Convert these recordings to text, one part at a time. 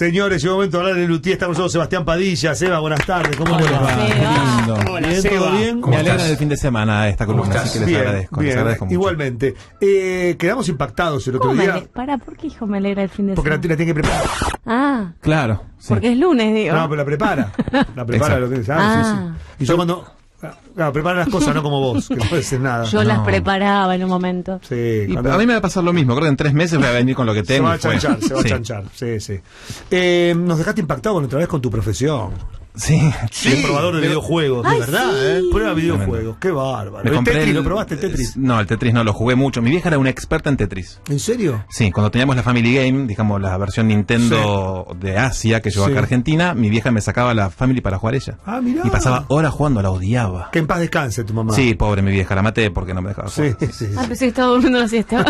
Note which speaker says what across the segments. Speaker 1: Señores, llegó el momento de hablar de Lutier. Está con nosotros Sebastián Padilla. Seba, buenas tardes. ¿Cómo le
Speaker 2: Hola,
Speaker 1: va?
Speaker 2: qué lindo.
Speaker 3: Hola,
Speaker 1: ¿Bien?
Speaker 3: Seba.
Speaker 1: ¿Todo bien?
Speaker 2: Me alegra del fin de semana esta columna, así que les
Speaker 1: Bien,
Speaker 2: agradezco. les
Speaker 1: bien.
Speaker 2: agradezco mucho.
Speaker 1: Igualmente. Eh, quedamos impactados el otro
Speaker 4: ¿Cómo me
Speaker 1: día.
Speaker 4: ale- Para, ¿por qué hijo me alegra el fin de
Speaker 1: Porque la,
Speaker 4: semana?
Speaker 1: la tiene que preparar.
Speaker 4: Ah,
Speaker 2: Claro. sí.
Speaker 4: porque es lunes, digo.
Speaker 1: No, pero la prepara. La prepara,
Speaker 2: Exacto.
Speaker 1: lo tiene. Ah,
Speaker 4: Ah.
Speaker 1: sí, sí. Y yo cuando. Claro, prepara las cosas, no como vos, que no decís nada.
Speaker 4: Yo las
Speaker 2: no.
Speaker 4: preparaba en un momento.
Speaker 1: Sí,
Speaker 2: Y
Speaker 1: cuando-
Speaker 2: a mí me va a pasar lo mismo. Creo que en tres meses voy a venir con lo que
Speaker 1: Se
Speaker 2: tengo.
Speaker 1: va a
Speaker 2: y fue.
Speaker 1: chanchar, se va a
Speaker 2: Sí.
Speaker 1: chanchar. Sí, sí. Eh, nos dejaste impactado otra vez con tu profesión.
Speaker 2: Sí.
Speaker 1: Sí, el probador de videojuegos, de
Speaker 4: Ay,
Speaker 1: verdad,
Speaker 4: sí.
Speaker 1: ¿eh? Prueba videojuegos, qué bárbaro.
Speaker 2: Me
Speaker 1: ¿El
Speaker 2: compré
Speaker 1: Tetris,
Speaker 2: el-
Speaker 1: ¿Lo probaste el Tetris?
Speaker 2: No, el Tetris no, lo jugué mucho. Mi vieja era una experta en Tetris.
Speaker 1: ¿En serio?
Speaker 2: Sí, cuando teníamos la Family Game, digamos la versión Nintendo de Asia que llegó
Speaker 1: Sí.
Speaker 2: acá a Argentina, mi vieja me sacaba la Family para jugar ella.
Speaker 1: Ah, mirá.
Speaker 2: Y pasaba horas jugando, la odiaba.
Speaker 1: Que en paz descanse tu mamá.
Speaker 2: Sí, pobre mi vieja, la maté porque no me dejaba
Speaker 1: Sí,
Speaker 2: jugar.
Speaker 1: sí, sí.
Speaker 4: Ah, pensé que estaba durmiendo la siesta.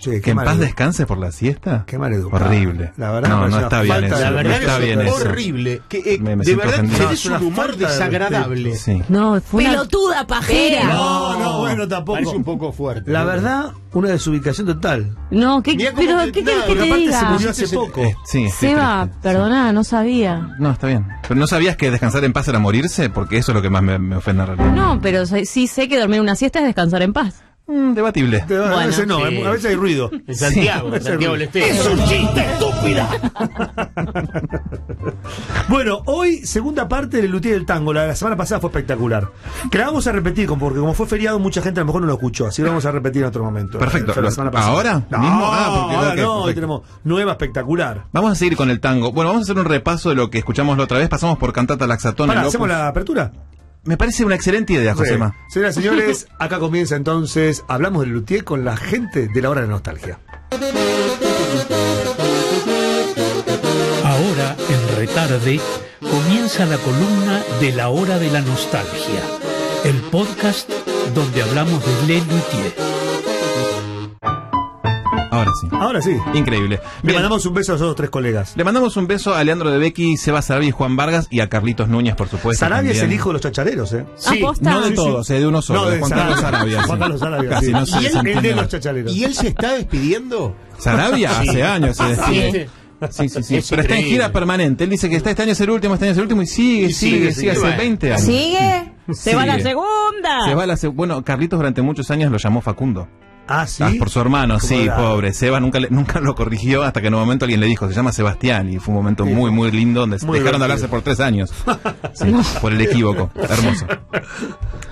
Speaker 1: Che,
Speaker 2: Que en
Speaker 1: mal
Speaker 2: paz
Speaker 1: edu-
Speaker 2: descanse por la siesta.
Speaker 1: Qué maleducado.
Speaker 2: Horrible.
Speaker 1: La verdad, parece
Speaker 2: no, no
Speaker 1: una
Speaker 2: está bien
Speaker 1: falta
Speaker 2: eso.
Speaker 1: de- la
Speaker 2: no
Speaker 1: verdad que
Speaker 2: está
Speaker 1: es
Speaker 2: bien eso.
Speaker 3: horrible. Que, eh,
Speaker 2: Me- me
Speaker 3: de
Speaker 2: siento
Speaker 3: verdad
Speaker 2: ofendido.
Speaker 3: tenés un
Speaker 1: Es una
Speaker 3: humor
Speaker 1: falta de
Speaker 3: desagradable.
Speaker 1: respeto.
Speaker 2: Sí.
Speaker 4: No, fue una...
Speaker 5: Pelotuda pajera.
Speaker 1: No, no, bueno, tampoco.
Speaker 3: Parece un poco fuerte.
Speaker 1: La verdad, una desubicación total.
Speaker 4: No, ¿qué,
Speaker 3: Mirá cómo
Speaker 4: pero,
Speaker 3: te-
Speaker 4: ¿qué
Speaker 3: nada,
Speaker 4: querés que
Speaker 1: Porque
Speaker 4: te
Speaker 1: aparte
Speaker 4: diga?
Speaker 1: se murió hace
Speaker 3: Este es el-
Speaker 1: poco.
Speaker 2: Eh, sí, estoy
Speaker 4: Seba,
Speaker 2: triste.
Speaker 4: perdoná, no sabía.
Speaker 2: No, está bien. Pero no sabías que descansar en paz era morirse, porque eso es lo que más me, me ofende en realidad.
Speaker 4: No, pero soy- sí sé que dormir una siesta es descansar en paz.
Speaker 2: Mm, debatible.
Speaker 1: Te- a veces no, eh,
Speaker 3: sí.
Speaker 1: a veces hay ruido.
Speaker 3: En Santiago, en Santiago del Estero. Es un chiste estúpida.
Speaker 1: Bueno, hoy segunda parte del Luthier del Tango. La de la semana pasada fue espectacular. Que la vamos a repetir, como- porque como fue feriado, mucha gente a lo mejor no lo escuchó. Así lo vamos a repetir en otro momento.
Speaker 2: Perfecto.
Speaker 1: Fue la semana pasada.
Speaker 2: ¿Ahora?
Speaker 1: No,
Speaker 2: ¿Mismo? Ah, porque-
Speaker 1: ahora
Speaker 2: ok,
Speaker 1: no. Hoy
Speaker 2: perfecto.
Speaker 1: tenemos nueva espectacular.
Speaker 2: Vamos a seguir con el tango. Bueno, vamos a hacer un repaso de lo que escuchamos la otra vez. Pasamos por Cantata Laxatona.
Speaker 1: Pará,
Speaker 2: Locus.
Speaker 1: ¿Hacemos la apertura?
Speaker 2: Me parece una excelente idea, Josema.
Speaker 1: Sí. Señoras y señores, acá comienza entonces. Hablamos del Luthier con la gente de la hora de nostalgia.
Speaker 6: Ahora, en retarde, comienza la columna de la hora de la nostalgia, el podcast donde hablamos de Le Luthier.
Speaker 2: Ahora sí.
Speaker 1: Ahora sí.
Speaker 2: Increíble.
Speaker 1: Le
Speaker 2: Bien.
Speaker 1: mandamos un beso a esos tres colegas.
Speaker 2: Le mandamos un beso a Leandro de Becky, Seba Sarabia y Juan Vargas y a Carlitos Núñez, por supuesto.
Speaker 1: Sarabia es
Speaker 2: también.
Speaker 1: el hijo de los chachareros, ¿eh?
Speaker 4: Ah, posta.
Speaker 2: No de todos, eh, de uno solo.
Speaker 1: No,
Speaker 2: de
Speaker 1: de
Speaker 2: Juan Carlos Sarabia. sí.
Speaker 1: Juan Carlos Sarabia.
Speaker 2: Casi
Speaker 1: sí.
Speaker 2: no se
Speaker 1: y él,
Speaker 2: desentiende
Speaker 1: el de
Speaker 2: más.
Speaker 1: los chachareros.
Speaker 3: ¿Y él se está despidiendo?
Speaker 2: Sarabia hace años se despide.
Speaker 3: Sí.
Speaker 2: Sí, sí, sí.
Speaker 3: Es
Speaker 2: Pero está en
Speaker 3: increíble.
Speaker 2: gira permanente. Él dice que está este año es el último, este año es el último y sigue,
Speaker 3: Y
Speaker 2: sigue, sigue,
Speaker 3: sigue, sigue.
Speaker 2: hace
Speaker 3: Bueno.
Speaker 2: 20 años.
Speaker 5: ¿Sigue?
Speaker 2: Sí.
Speaker 4: ¡Se va la segunda!
Speaker 2: Se va la se- Bueno, Carlitos durante muchos años lo llamó Facundo.
Speaker 1: Ah, sí.
Speaker 2: Ah, por su hermano, sí,
Speaker 1: era?
Speaker 2: pobre. Seba nunca, le- nunca lo corrigió hasta que en un momento alguien le dijo, se llama Sebastián. Y fue un momento muy, muy lindo donde se
Speaker 1: Muy
Speaker 2: dejaron de hablarse
Speaker 1: divertido.
Speaker 2: por tres años. Sí, por el equívoco. Hermoso.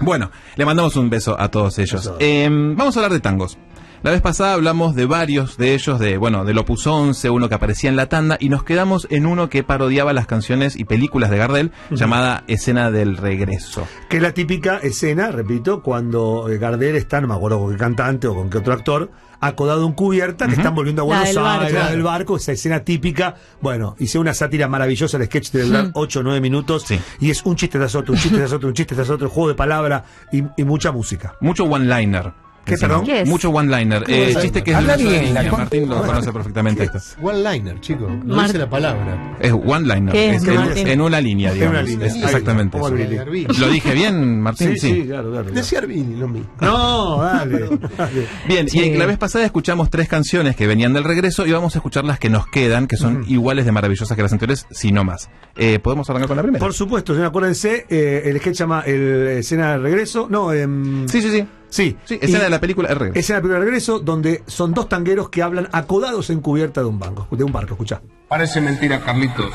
Speaker 2: Bueno, le mandamos un beso a todos ellos.
Speaker 1: Eso.
Speaker 2: Eh, vamos a hablar de tangos. La vez pasada hablamos de varios de ellos, de bueno, del Opus 11, uno que aparecía en la tanda, y nos quedamos en uno que parodiaba las canciones y películas de Gardel, llamada Escena del Regreso.
Speaker 1: Que es la típica escena, repito, cuando eh, Gardel está, no me acuerdo con qué cantante o con qué otro actor, acodado en cubierta, que están volviendo a
Speaker 4: La
Speaker 1: Buenos
Speaker 4: del barco.
Speaker 1: Aires, la del barco, esa escena típica. Bueno, hice una sátira maravillosa, el sketch de durar 8 o 9 minutos,
Speaker 2: Sí.
Speaker 1: y es un chiste tras otro, un chiste tras otro, un chiste tras otro, juego de palabra y, y mucha música.
Speaker 2: Mucho one-liner.
Speaker 1: ¿Qué,
Speaker 2: Encima.
Speaker 1: perdón?
Speaker 4: ¿Qué es?
Speaker 2: Mucho one-liner.
Speaker 1: ¿Qué
Speaker 2: Eh,
Speaker 1: es?
Speaker 2: chiste que es
Speaker 7: Habla
Speaker 2: de una sola
Speaker 7: bien,
Speaker 2: línea.
Speaker 7: la-
Speaker 2: Martín lo conoce perfectamente esto.
Speaker 3: One-liner, chico. No
Speaker 4: Mar-
Speaker 3: dice la palabra.
Speaker 2: Es one-liner.
Speaker 4: ¿Qué es,
Speaker 2: Es en,
Speaker 4: Martín?
Speaker 2: en una línea,
Speaker 1: En
Speaker 2: digamos.
Speaker 1: una línea.
Speaker 2: Es
Speaker 1: Ahí,
Speaker 2: exactamente
Speaker 1: como
Speaker 2: eso.
Speaker 1: Brilli.
Speaker 3: Arbini.
Speaker 2: ¿Lo dije bien, Martín?
Speaker 1: claro, claro. claro.
Speaker 3: Decía Arbini lo mismo.
Speaker 1: No, dale. dale.
Speaker 2: Bien, y la vez pasada escuchamos tres canciones que venían del regreso y vamos a escuchar las que nos quedan, que son iguales de maravillosas que las anteriores, si no más. Eh, ¿Podemos arrancar con la primera?
Speaker 1: Por supuesto, señor, acuérdense, eh, el sketch llama el eh, escena de regreso. No, em,
Speaker 2: Sí, sí, sí.
Speaker 1: sí.
Speaker 2: Sí, escena
Speaker 1: Y-
Speaker 2: de la película El Regreso.
Speaker 1: Escena de película de regreso donde son dos tangueros que hablan acodados en cubierta de un banco, de un barco, escuchá.
Speaker 8: Parece mentira, Carlitos.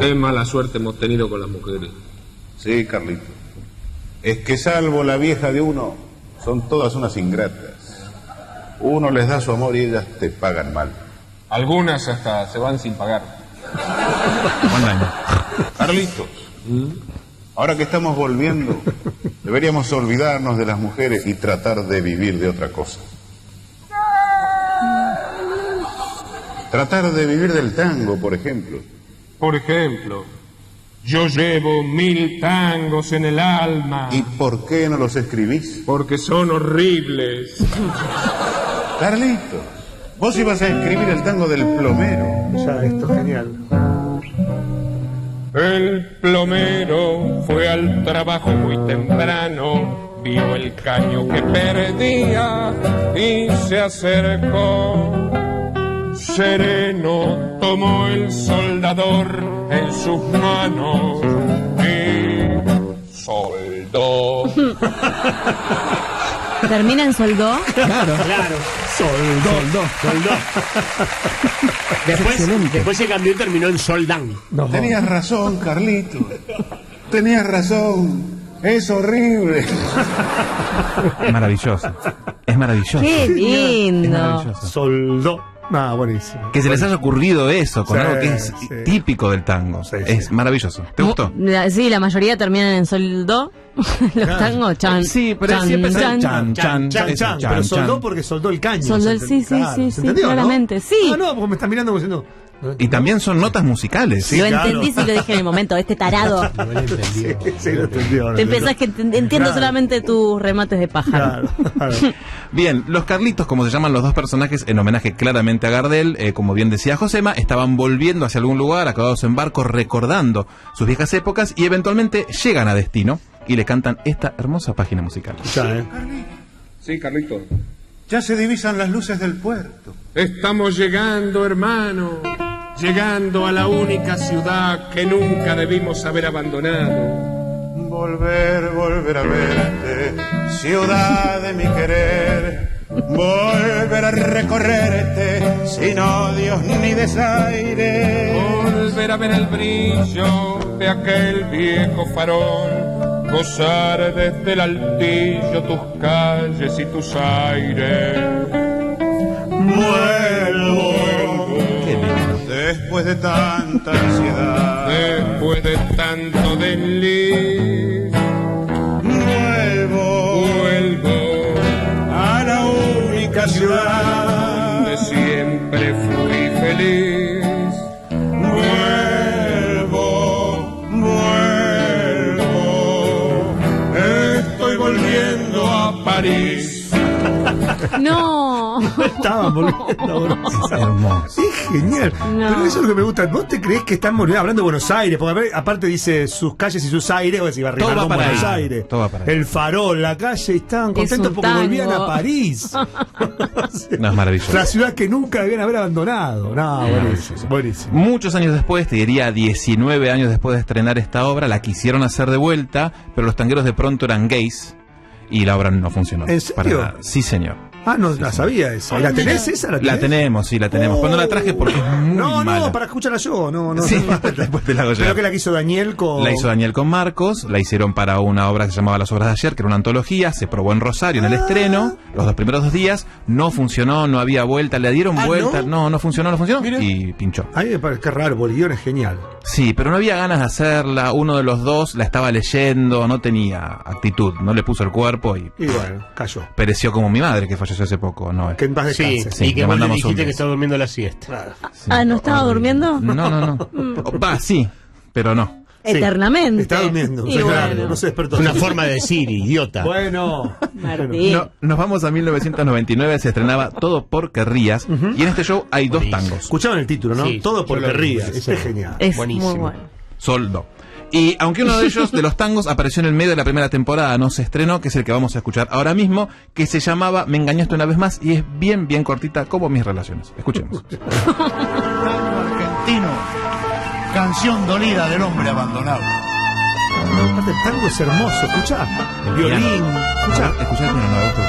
Speaker 8: Qué mala suerte hemos tenido con las mujeres.
Speaker 9: Sí, Carlito. Es que salvo la vieja de uno, son todas unas ingratas. Uno les da su amor y ellas te pagan mal.
Speaker 8: Algunas hasta se van sin pagar.
Speaker 2: One-liner.
Speaker 9: Carlitos,
Speaker 8: ¿Mm?
Speaker 9: ahora que estamos volviendo, deberíamos olvidarnos de las mujeres y tratar de vivir de otra cosa. Tratar de vivir del tango, por ejemplo.
Speaker 8: Por ejemplo, yo llevo mil tangos en el alma
Speaker 9: ¿Y por qué no los escribís?
Speaker 8: porque son horribles.
Speaker 9: Carlitos, vos ibas a escribir el tango del plomero.
Speaker 1: Ya, esto es genial.
Speaker 8: El plomero fue al trabajo muy temprano, vio el caño que perdía y se acercó. sereno tomó el soldador en sus manos y soldó.
Speaker 4: Termina en soldó.
Speaker 2: Claro.
Speaker 3: Claro.
Speaker 1: Soldó.
Speaker 2: Soldó.
Speaker 3: Soldó. Después,
Speaker 2: excelente.
Speaker 3: después se cambió y terminó en Soldán.
Speaker 1: No,
Speaker 9: Tenías razón, Carlito. Tenías razón. Es horrible.
Speaker 2: Maravilloso. Es maravilloso.
Speaker 4: Qué
Speaker 2: Es
Speaker 4: lindo.
Speaker 2: maravilloso.
Speaker 1: soldó. Ah, buenísimo.
Speaker 2: Que se les haya ocurrido eso, con
Speaker 1: Sí,
Speaker 2: algo que es
Speaker 1: sí.
Speaker 2: típico del tango.
Speaker 1: Sí,
Speaker 2: es
Speaker 1: sí.
Speaker 2: maravilloso. ¿Te gustó?
Speaker 4: La- sí, la mayoría terminan en soldó. Los tangos, chan.
Speaker 2: Sí, pero
Speaker 4: chan,
Speaker 2: siempre sale
Speaker 4: chan.
Speaker 2: chan, chan,
Speaker 1: Chan,
Speaker 2: eso,
Speaker 1: chan, pero soldó porque soldó el caño.
Speaker 4: Soldó
Speaker 1: ¿se
Speaker 4: el-
Speaker 1: enten-
Speaker 4: sí, sí, sí,
Speaker 1: ¿se
Speaker 4: sí,
Speaker 1: entendió, no?
Speaker 4: claramente, sí.
Speaker 1: Ah, no, porque me estás mirando como diciendo. no,
Speaker 2: Y también son notas musicales.
Speaker 1: Sí,
Speaker 4: lo
Speaker 1: claro.
Speaker 4: entendí si lo dije en el momento, este tarado.
Speaker 1: Sí, sí, lo entendió.
Speaker 4: Te pensás que ent- entiendo
Speaker 1: Claro.
Speaker 4: solamente tus remates de pájaro.
Speaker 1: Claro, claro.
Speaker 2: Bien, los Carlitos, como se llaman los dos personajes, en homenaje claramente a Gardel, eh, como bien decía Josema, estaban volviendo hacia algún lugar, acabados en barco, recordando sus viejas épocas y eventualmente llegan a destino y le cantan esta hermosa página musical.
Speaker 1: Ya, ¿eh?
Speaker 8: Sí, Carlito.
Speaker 9: Ya se divisan las luces del puerto.
Speaker 8: Estamos llegando, hermano. Llegando a la única ciudad que nunca debimos haber abandonado.
Speaker 9: Volver, volver a verte, ciudad de mi querer. Volver a recorrerte sin odios ni desaire.
Speaker 8: Volver a ver el brillo de aquel viejo farol. Gozar desde el altillo tus calles y tus aires.
Speaker 9: Vuelvo después de tanta ansiedad.
Speaker 8: Después de tanto desliz,
Speaker 9: Vuelvo
Speaker 8: vuelvo
Speaker 9: a la única ciudad.
Speaker 8: donde siempre fui feliz.
Speaker 9: Vuelvo, vuelvo. Estoy volviendo a París.
Speaker 4: No.
Speaker 1: Estaban volviendo. boludo.
Speaker 2: Hermoso.
Speaker 1: Es genial. Pero eso es lo que me gusta. ¿Vos te crees que están volviendo hablando de Buenos Aires? Porque a ver, aparte dice sus calles y sus aires, o si va a rimar
Speaker 2: Todo va
Speaker 1: con
Speaker 2: para
Speaker 1: Buenos
Speaker 2: ahí.
Speaker 1: Aires.
Speaker 2: Todo va para ahí.
Speaker 1: El farol, la calle, estaban contentos
Speaker 4: un
Speaker 1: porque
Speaker 4: tango.
Speaker 1: volvían a París.
Speaker 2: No, es maravilloso.
Speaker 1: La ciudad que nunca debían haber abandonado. No, buenísimo. buenísimo.
Speaker 2: Muchos años después, te diría 19 años después de estrenar esta obra, la quisieron hacer de vuelta, pero los tangueros de pronto eran gays y la obra no funcionó.
Speaker 1: ¿En serio?
Speaker 2: Para nada. Sí, señor.
Speaker 1: Ah, no la sabía esa. ¿Y ¿La tenés esa? ¿La tenés?
Speaker 2: La tenemos, sí, la tenemos. Cuando la traje porque es muy
Speaker 1: No,
Speaker 2: mala.
Speaker 1: no, para escucharla yo. No, no,
Speaker 2: Sí,
Speaker 1: no.
Speaker 2: después te la hago
Speaker 1: Creo
Speaker 2: llegar.
Speaker 1: que la quiso Daniel con.
Speaker 2: La hizo Daniel con Marcos, la hicieron para una obra que se llamaba Las Obras de Ayer, que era una antología, se probó en Rosario en
Speaker 1: Ah.
Speaker 2: el estreno, los dos primeros dos días, no funcionó, no había vuelta, le dieron
Speaker 1: Ah,
Speaker 2: vuelta, ¿no? no, funcionó, no funcionó, y pinchó.
Speaker 1: A mí me parece que es raro, porque el guión es genial.
Speaker 2: Sí, pero no había ganas de hacerla, uno de los dos la estaba leyendo, no tenía actitud, no le puso el cuerpo y
Speaker 1: Y bueno, cayó.
Speaker 2: pereció como mi madre que falleció hace poco, no.
Speaker 1: Que en paz
Speaker 3: Sí,
Speaker 1: descanse.
Speaker 2: Sí,
Speaker 3: y
Speaker 2: le
Speaker 3: que vos le
Speaker 2: mandamos un
Speaker 3: dijiste que
Speaker 2: beso.
Speaker 3: estaba durmiendo la siesta.
Speaker 4: Ah, ¿no estaba durmiendo?
Speaker 2: No, no, no. Va, sí, pero no.
Speaker 4: Eternamente.
Speaker 1: Está durmiendo.
Speaker 4: Y
Speaker 1: sí, claro,
Speaker 4: bueno.
Speaker 1: No se despertó.
Speaker 3: Una forma de decir, idiota.
Speaker 1: Bueno.
Speaker 4: Martín.
Speaker 2: No, nos vamos a 1999, se estrenaba Todo porque rías, y en este show hay dos tangos,
Speaker 1: Escuchaban el título, ¿no?
Speaker 3: Sí,
Speaker 1: Todo
Speaker 3: yo
Speaker 1: porque
Speaker 3: lo vi,
Speaker 1: rías.
Speaker 3: sí,
Speaker 1: Este
Speaker 3: sí.
Speaker 1: es genial.
Speaker 4: Es
Speaker 3: Buenísimo.
Speaker 4: muy bueno.
Speaker 2: soldo. Y aunque uno de ellos, de los tangos, apareció en el medio de la primera temporada, no se estrenó, que es el que vamos a escuchar ahora mismo, que se llamaba Me engañaste una vez más, y es bien, bien cortita como mis relaciones. Escuchemos.
Speaker 9: Tango argentino, canción dolida del hombre abandonado.
Speaker 1: Aparte, el tango es hermoso. Escuchá.
Speaker 2: El
Speaker 1: Violín.
Speaker 2: piano. Ah,
Speaker 1: Escuchá.
Speaker 2: Escuchá el piano, no, esto-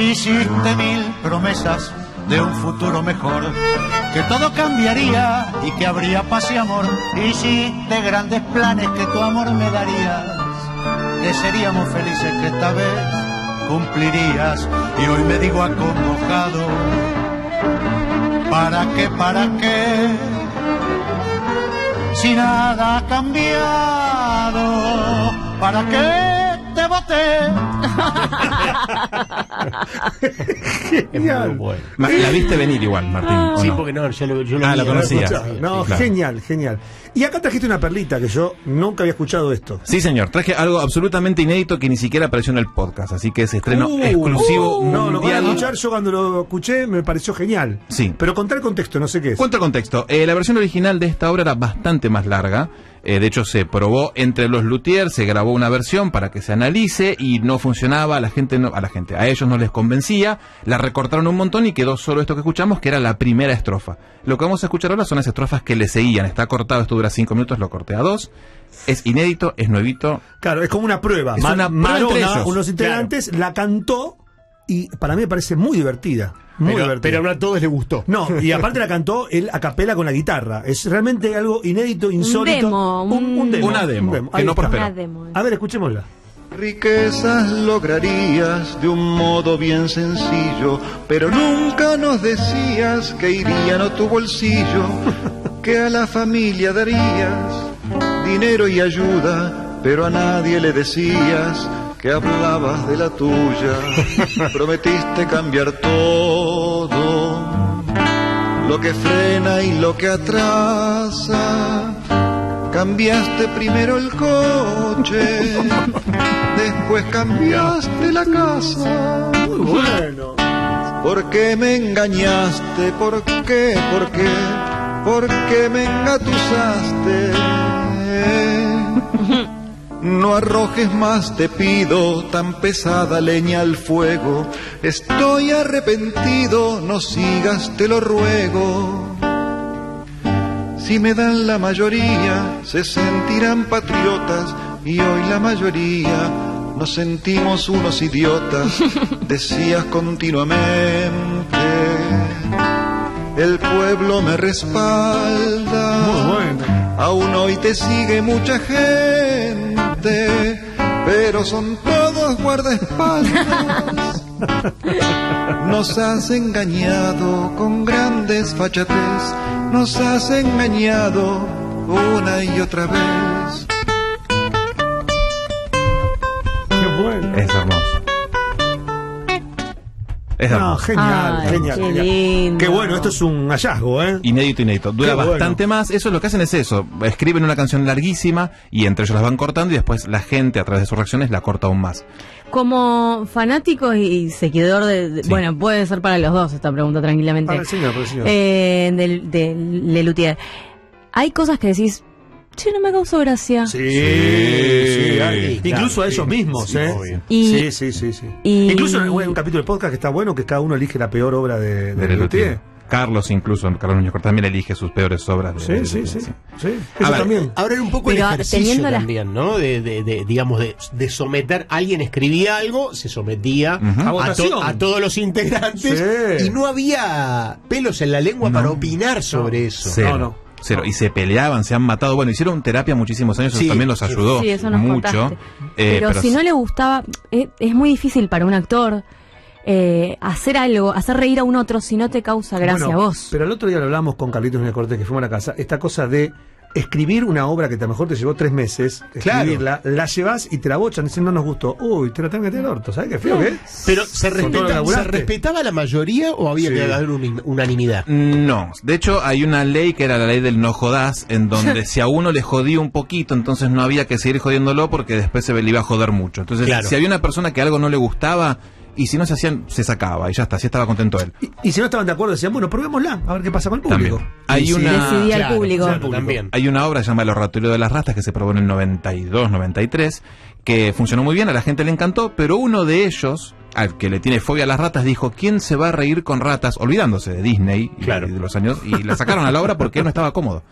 Speaker 9: Hiciste mil promesas de un futuro mejor, que todo cambiaría y que habría paz y amor. Hiciste grandes planes que tu amor me darías, que seríamos felices que esta vez cumplirías. Y hoy me digo acongojado, ¿para qué, para qué? Si nada ha cambiado, ¿para qué te voté?
Speaker 1: Genial.
Speaker 3: Bueno.
Speaker 2: Ma- La viste venir igual, Martín. ¿o
Speaker 3: Sí,
Speaker 2: no?
Speaker 3: porque no, yo lo, yo
Speaker 2: Ah, lo
Speaker 3: vi,
Speaker 2: conocía.
Speaker 3: escuchaba.
Speaker 1: Escuchá. No,
Speaker 2: Sí, claro.
Speaker 1: genial, genial. Y acá trajiste una perlita que yo nunca había escuchado esto.
Speaker 2: Sí, señor. Traje algo absolutamente inédito que ni siquiera apareció en el podcast, así que es estreno
Speaker 1: Uh,
Speaker 2: exclusivo
Speaker 1: uh, no, lo voy a
Speaker 2: mundial.
Speaker 1: escuchar. Yo cuando lo escuché me pareció genial.
Speaker 2: Sí.
Speaker 1: Pero contar el contexto, no sé qué es.
Speaker 2: Cuento el contexto. Eh, la versión original de esta obra era bastante más larga. Eh, de hecho, se probó entre los luthiers, se grabó una versión para que se analice y no funcionaba, a la gente, no- a la gente, a ellos no les convencía, la recortaron un montón y quedó solo esto que escuchamos, que era la primera estrofa. Lo que vamos a escuchar ahora son las estrofas que le seguían. Está cortado, esto dura cinco minutos, lo corté a dos. Es inédito, es nuevito.
Speaker 1: Claro, es como una prueba.
Speaker 2: Es una prueba entre
Speaker 1: Marona,
Speaker 2: ellos.
Speaker 1: unos integrantes, la cantó y para mí me parece muy divertida. Muy
Speaker 3: Pero,
Speaker 1: divertida.
Speaker 3: pero ahora a todos les gustó.
Speaker 1: No, y aparte la cantó él a capela con la guitarra. Es realmente algo inédito, insólito.
Speaker 4: demo, un-
Speaker 2: Una demo, que
Speaker 1: Ahí
Speaker 2: no
Speaker 1: está.
Speaker 2: prosperó.
Speaker 4: Una demo. eh.
Speaker 1: A ver, escuchémosla.
Speaker 5: Riquezas lograrías de un modo bien sencillo, pero nunca nos decías que irían a tu bolsillo, que a la familia darías dinero y ayuda, pero a nadie le decías que hablabas de la tuya. Prometiste cambiar todo, lo que frena y lo que atrasa. Cambiaste primero el coche, después cambiaste la casa. ¿Por qué me engañaste? ¿Por qué? ¿Por qué? ¿Por qué me engatusaste? No arrojes más, te pido, tan pesada leña al fuego. Estoy arrepentido, no sigas, te lo ruego. Si me dan la mayoría, se sentirán patriotas y hoy la mayoría nos sentimos unos idiotas. Decías continuamente, el pueblo me respalda.
Speaker 1: Muy bueno.
Speaker 5: Aún hoy te sigue mucha gente, pero son todos guardaespaldas. Nos has engañado con grandes fachatez, nos has engañado una y otra vez.
Speaker 1: Qué bueno.
Speaker 2: Es hermoso. Es hermoso.
Speaker 1: No, genial,
Speaker 4: Ay,
Speaker 1: genial.
Speaker 4: qué
Speaker 1: genial.
Speaker 4: lindo.
Speaker 1: Qué bueno, esto es un hallazgo, ¿eh?
Speaker 2: Inédito, inédito. Dura
Speaker 1: Qué bueno.
Speaker 2: bastante más. Eso es lo que hacen es eso. Escriben una canción larguísima y entre ellos las van cortando y después la gente a través de sus reacciones la corta aún más.
Speaker 4: Como fanático y seguidor de... de-
Speaker 2: Sí.
Speaker 4: Bueno, puede ser para los dos esta pregunta tranquilamente.
Speaker 1: Para el señor, para el señor.
Speaker 4: eh, del, del Lelutier. Hay cosas que decís, che, no me causó gracia.
Speaker 1: Sí, sí, hay-
Speaker 3: Sí,
Speaker 1: incluso a ellos mismos,
Speaker 3: sí,
Speaker 1: ¿eh?
Speaker 3: obvio.
Speaker 4: Y-
Speaker 1: sí, sí, sí, sí.
Speaker 4: y-
Speaker 1: Incluso hay un capítulo del podcast que está bueno, que cada uno elige la peor obra de, de
Speaker 2: Del
Speaker 1: Lelutier.
Speaker 2: Luthier. Carlos incluso, Carlos Núñez Cortés también elige sus peores obras. de-
Speaker 1: Sí,
Speaker 2: de-
Speaker 1: sí,
Speaker 2: de-
Speaker 1: sí,
Speaker 2: sí.
Speaker 1: sí. Eso
Speaker 2: ver,
Speaker 1: también.
Speaker 3: Ahora era un poco
Speaker 4: Pero
Speaker 3: el ejercicio
Speaker 4: teniendo las-
Speaker 3: también, ¿no? De, de- de- digamos, de, de someter. Alguien escribía algo, se sometía
Speaker 2: Ujú.
Speaker 1: A
Speaker 3: a, to-
Speaker 1: votación.
Speaker 3: a todos los integrantes
Speaker 1: Sí.
Speaker 3: y no había pelos en la lengua para opinar sobre eso.
Speaker 2: Cero.
Speaker 1: No, no.
Speaker 2: Cero. Y se peleaban, se han matado. Bueno, hicieron terapia muchísimos años,
Speaker 3: Sí,
Speaker 2: eso también los
Speaker 3: sí.
Speaker 2: ayudó
Speaker 4: Sí, eso nos
Speaker 2: mucho.
Speaker 4: contaste.
Speaker 2: Eh,
Speaker 4: pero, si no le gustaba, es, es muy difícil para un actor eh, hacer algo, hacer reír a un otro si no te causa gracia
Speaker 1: Bueno,
Speaker 4: a vos.
Speaker 1: Pero el otro día lo hablamos con Carlitos Núñez Cortés, que fuimos a la casa. Esta cosa de escribir una obra que a lo mejor te llevó tres meses,
Speaker 3: Claro.
Speaker 1: escribirla, la llevas y te la bochan, dicen no nos gustó. Uy, te la tengo que tirar al orto, ¿sabes qué feo que es?
Speaker 3: Pero ¿se,
Speaker 1: Con todo
Speaker 3: respeta-
Speaker 1: lo que laburaste.
Speaker 3: ¿se respetaba la mayoría o había que
Speaker 1: Sí.
Speaker 3: haber un- unanimidad?
Speaker 2: No, de hecho hay una ley que era la ley del no jodás, en donde si a uno le jodía un poquito, entonces no había que seguir jodiéndolo porque después se le iba a joder mucho. Entonces,
Speaker 3: Claro.
Speaker 2: si había una persona que algo no le gustaba y si no se hacían, se sacaba y ya está, así estaba contento él.
Speaker 1: Y, y si no estaban de acuerdo, decían, bueno, probémosla, a ver qué pasa con el público.
Speaker 2: También. Hay
Speaker 3: Sí, sí.
Speaker 2: una
Speaker 4: Decidí al público.
Speaker 3: claro, también.
Speaker 2: Hay una obra llamada Los ratoneros de las rastas que se probó en el 92, 93, que funcionó muy bien, a la gente le encantó, pero uno de ellos, al que le tiene fobia a las ratas, dijo, ¿quién se va a reír con ratas? Olvidándose de Disney y
Speaker 3: Claro.
Speaker 2: de los años, y la sacaron a la obra porque él no estaba cómodo.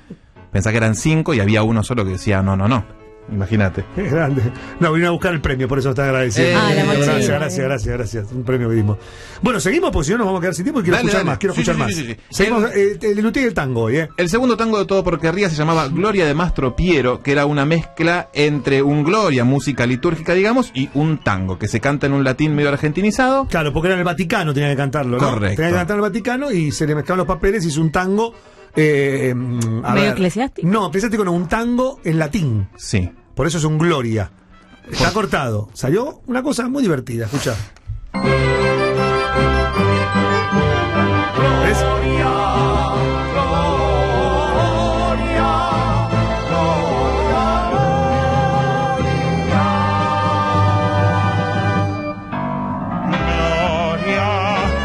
Speaker 2: Pensá que eran cinco y había uno solo que decía, no, no, no. Imagínate.
Speaker 1: Es grande. No, vinieron a buscar el premio, por eso está agradecido.
Speaker 2: Eh, Ah, la mochila.
Speaker 1: gracias, gracias, gracias, gracias. Un premio que dimos. Bueno, seguimos porque si no nos vamos a quedar sin tiempo y quiero
Speaker 2: Dale,
Speaker 1: escuchar
Speaker 2: dale.
Speaker 1: más, quiero
Speaker 2: Sí,
Speaker 1: escuchar
Speaker 2: sí,
Speaker 1: más.
Speaker 2: sí, sí, sí.
Speaker 1: Seguimos, eh, el Lelutier y el tango hoy, ¿eh?
Speaker 2: El segundo tango de todo porque ría se llamaba Gloria de Mastro Piero, que era una mezcla entre un Gloria, música litúrgica, digamos, y un tango, que se canta en un latín medio argentinizado.
Speaker 1: Claro, porque era en el Vaticano, tenía que cantarlo, ¿no?
Speaker 2: Correcto.
Speaker 1: Tenía que cantar en el Vaticano y se le mezclaban los papeles, hizo un tango. Eh, mm, a
Speaker 4: ¿Medio
Speaker 1: ver.
Speaker 4: eclesiástico?
Speaker 1: No, eclesiástico no, un tango en latín.
Speaker 2: Sí.
Speaker 1: Por eso es un gloria. Está cortado. Salió una cosa muy divertida, escucha.
Speaker 8: Gloria,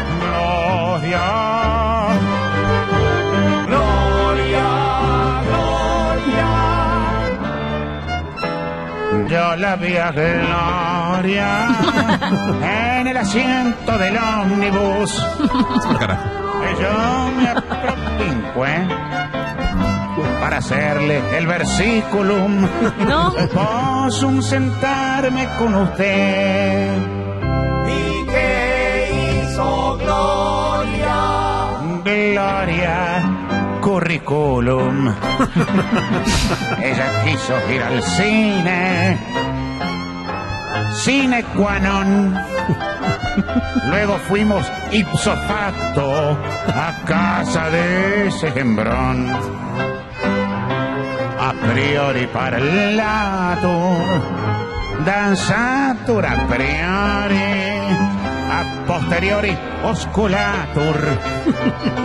Speaker 8: gloria. Gloria, gloria.
Speaker 9: Yo la vi a Gloria en el asiento del ómnibus.
Speaker 2: Carajo.
Speaker 9: Yo me apropincué para hacerle el versículum.
Speaker 4: No.
Speaker 9: Vos un sentarme con usted. ¿Y qué hizo Gloria? Gloria, curriculum. Ella quiso ir al cine. Cine Quanon. Luego fuimos ipso facto a casa de ese gembrón. A priori parlato, danzatur a priori, a posteriori osculatur.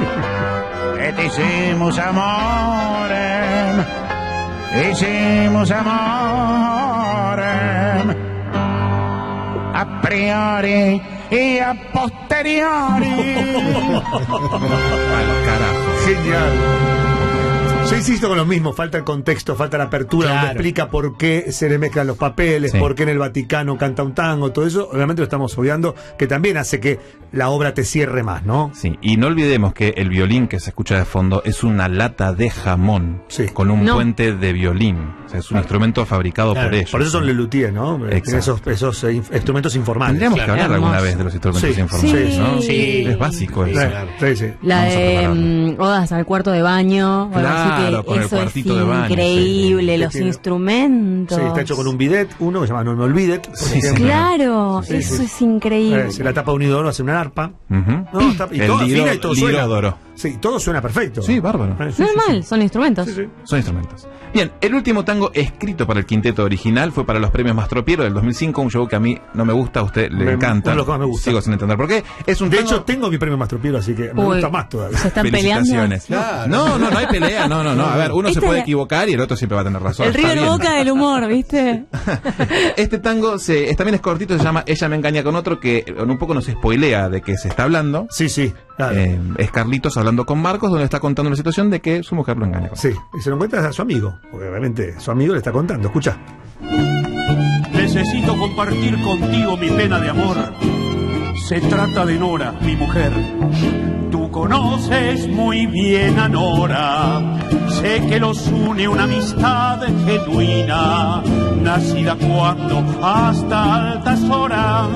Speaker 9: Et hicimos amorem, hicimos eh. amorem a priori y a posteriori.
Speaker 2: Al carajo.
Speaker 1: Genial. Yo insisto con lo mismo, falta el contexto, falta la apertura,
Speaker 3: Claro.
Speaker 1: donde explica por qué se le mezclan los papeles,
Speaker 2: Sí.
Speaker 1: por qué en el Vaticano canta un tango, todo eso, realmente lo estamos obviando, que también hace que la obra te cierre más, ¿no?
Speaker 2: Sí, y no olvidemos que el violín que se escucha de fondo es una lata de jamón
Speaker 1: Sí.
Speaker 2: con un
Speaker 4: No.
Speaker 2: puente de violín. O sea, es un instrumento fabricado
Speaker 3: Claro,
Speaker 2: por ellos.
Speaker 1: Por eso son Lelutier, ¿no? Tienen
Speaker 2: Exacto.
Speaker 1: Esos, esos eh, inf- instrumentos informales.
Speaker 2: Tendríamos que hablar alguna
Speaker 4: Hermoso.
Speaker 2: vez de los instrumentos
Speaker 1: Sí.
Speaker 2: informales,
Speaker 4: Sí.
Speaker 2: ¿no?
Speaker 4: Sí.
Speaker 2: Es básico eso.
Speaker 1: Claro, sí, sí.
Speaker 4: La
Speaker 2: Vamos a
Speaker 4: de
Speaker 2: prepararlo.
Speaker 4: mm, Odas al cuarto de baño. o algo así
Speaker 2: Claro,
Speaker 4: que
Speaker 2: con el
Speaker 4: eso es
Speaker 2: cuartito de baño,
Speaker 4: increíble,
Speaker 1: sí.
Speaker 4: los
Speaker 1: Sí, tiene-
Speaker 4: instrumentos.
Speaker 1: Sí, está hecho con un bidet, uno que se llama No Me Olvidet. por
Speaker 2: Sí,
Speaker 1: ejemplo.
Speaker 4: Claro,
Speaker 1: Sí, sí,
Speaker 4: eso
Speaker 1: sí.
Speaker 4: es increíble.
Speaker 1: Eh, se la tapa un inodoro, hace una arpa.
Speaker 2: Ujú.
Speaker 1: No, está, y
Speaker 2: Mm. El
Speaker 1: todo
Speaker 2: liro-
Speaker 1: afina y todo suena.
Speaker 2: lirodoro.
Speaker 1: Sí, todo suena perfecto.
Speaker 2: Sí, bárbaro.
Speaker 1: Eh, sí, sí,
Speaker 4: Normal,
Speaker 1: sí.
Speaker 4: son instrumentos.
Speaker 1: Sí, sí.
Speaker 2: Son instrumentos. Bien, el último tango escrito para el quinteto original fue para los premios Mastropiero del 2005, un show que a mí no me gusta, a usted le
Speaker 1: Me-
Speaker 2: encanta.
Speaker 1: uno de los que más me gusta.
Speaker 2: Sigo sin entender por qué. Es un
Speaker 1: De
Speaker 2: tango-
Speaker 1: hecho, tengo mi premio Mastropiero, así que me
Speaker 4: Uy,
Speaker 1: gusta más todavía.
Speaker 4: Se están peleando.
Speaker 2: Felicitaciones. No, no, no hay pelea. No, no, no. A ver, uno se
Speaker 4: Esta
Speaker 2: puede
Speaker 4: es-
Speaker 2: equivocar y el otro siempre va a tener razón.
Speaker 4: El
Speaker 2: Está
Speaker 4: River
Speaker 2: bien.
Speaker 4: Boca del humor, ¿viste?
Speaker 2: Este tango se, es- también es cortito, se llama Ella me engaña con otro, que eh, un poco nos spoilea de que se está hablando.
Speaker 1: Sí, sí, claro.
Speaker 2: Eh, es Carlitos hablando con Marcos, donde está contando la situación de que su mujer lo engaña con
Speaker 1: Sí, y se lo encuentra a su amigo, porque realmente su amigo le está contando. Escucha.
Speaker 7: Necesito compartir contigo mi pena de amor. Se trata de Nora, mi mujer. Tú conoces muy bien a Nora. Sé que los une una amistad genuina, nacida cuando hasta altas horas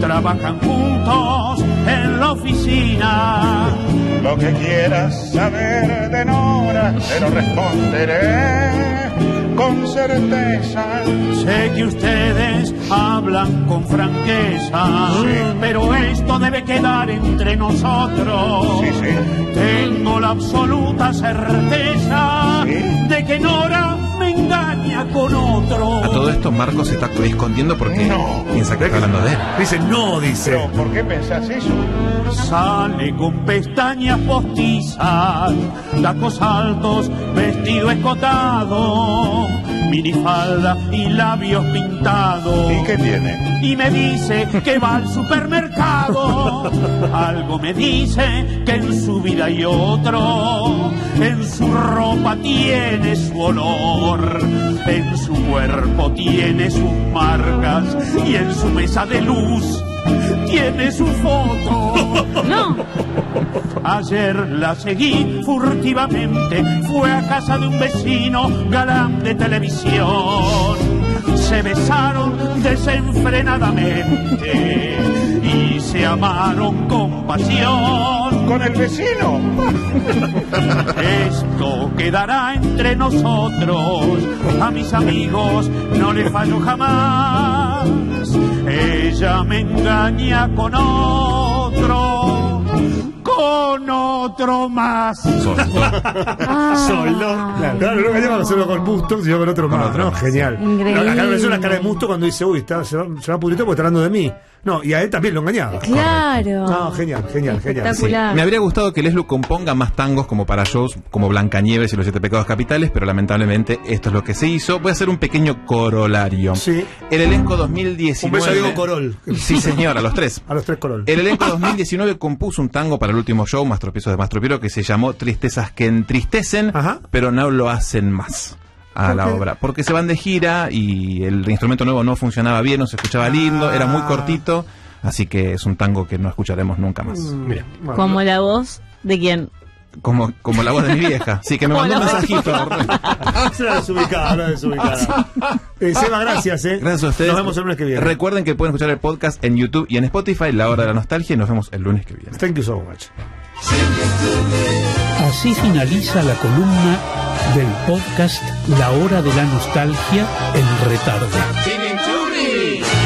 Speaker 7: trabajan juntos en la oficina.
Speaker 9: Lo que quieras saber de Nora, te lo responderé con certeza.
Speaker 7: Sé que ustedes hablan con franqueza, pero esto debe quedar entre nosotros.
Speaker 9: Sí, sí.
Speaker 7: Tengo la absoluta certeza
Speaker 9: Sí.
Speaker 7: de que Nora me engaña con otro.
Speaker 2: A todo esto, Marcos se está escondiendo porque
Speaker 9: No.
Speaker 2: piensa que está hablando de él.
Speaker 1: Dice, no, dice.
Speaker 9: Pero, ¿por qué pensás eso?
Speaker 7: Sale con pestañas postizas, tacos altos, vestido escotado, minifalda y labios pintados.
Speaker 9: ¿Y qué tiene?
Speaker 7: y me dice que va al supermercado. Algo me dice que en su vida hay otro, en su ropa tiene su olor, en su cuerpo tiene sus marcas y en su mesa de luz tiene su foto.
Speaker 4: No,
Speaker 7: Ayer la seguí furtivamente, fue a casa de un vecino galán de televisión. Se besaron desenfrenadamente y se amaron con pasión.
Speaker 9: Con el vecino.
Speaker 7: Esto quedará entre nosotros, a mis amigos no le fallo jamás. Ella me engaña con otro, con otro más.
Speaker 4: Ah.
Speaker 1: Claro, claro, no queríamos hacerlo con Musto, sino con otro más.
Speaker 2: otro
Speaker 1: ¿no?
Speaker 2: más,
Speaker 1: Genial.
Speaker 4: Ah, Increíble.
Speaker 1: Acá apareció una cara de Musto cuando dice, uy, está, se va, se va a pudrir porque está hablando de mí. No, y a él también lo engañaba.
Speaker 4: Claro.
Speaker 1: No, genial, genial, genial.
Speaker 2: Sí,
Speaker 4: Espectacular.
Speaker 2: Me habría gustado que Leslu componga más tangos como para shows como Blancanieves y los Siete Pecados Capitales, pero lamentablemente esto es lo que se hizo. Voy a hacer un pequeño corolario.
Speaker 1: Sí.
Speaker 2: El elenco 2019.
Speaker 1: Un beso a Diego Corol. Eh,
Speaker 2: Sí, señora, los tres.
Speaker 1: A los tres Corol.
Speaker 2: El elenco 2019 compuso un tango para el último show, Más tropiezos de Más Tropiero, que se llamó Tristezas que entristecen,
Speaker 1: Ajá.
Speaker 2: pero no lo hacen más. a la obra. Porque se van de gira y el instrumento nuevo no funcionaba bien, no se escuchaba lindo, era
Speaker 1: Ah.
Speaker 2: muy cortito. Así que es un tango que no escucharemos nunca más.
Speaker 10: Mira.
Speaker 1: Bueno,
Speaker 4: Como la voz de quien.
Speaker 2: Como, como la voz de mi vieja. Sí, que me mandó un mensajito.
Speaker 1: Ah, se la desubicada, la desubicada. Eh, Seba, gracias, eh.
Speaker 2: Gracias a ustedes.
Speaker 1: Nos vemos el lunes que viene.
Speaker 2: Recuerden que pueden escuchar el podcast en YouTube y en Spotify, La Hora de la Nostalgia, y nos vemos el lunes que viene.
Speaker 1: Thank you so much.
Speaker 7: Así finaliza la columna del podcast La Hora de la Nostalgia en Retarde.
Speaker 9: Chimichurri.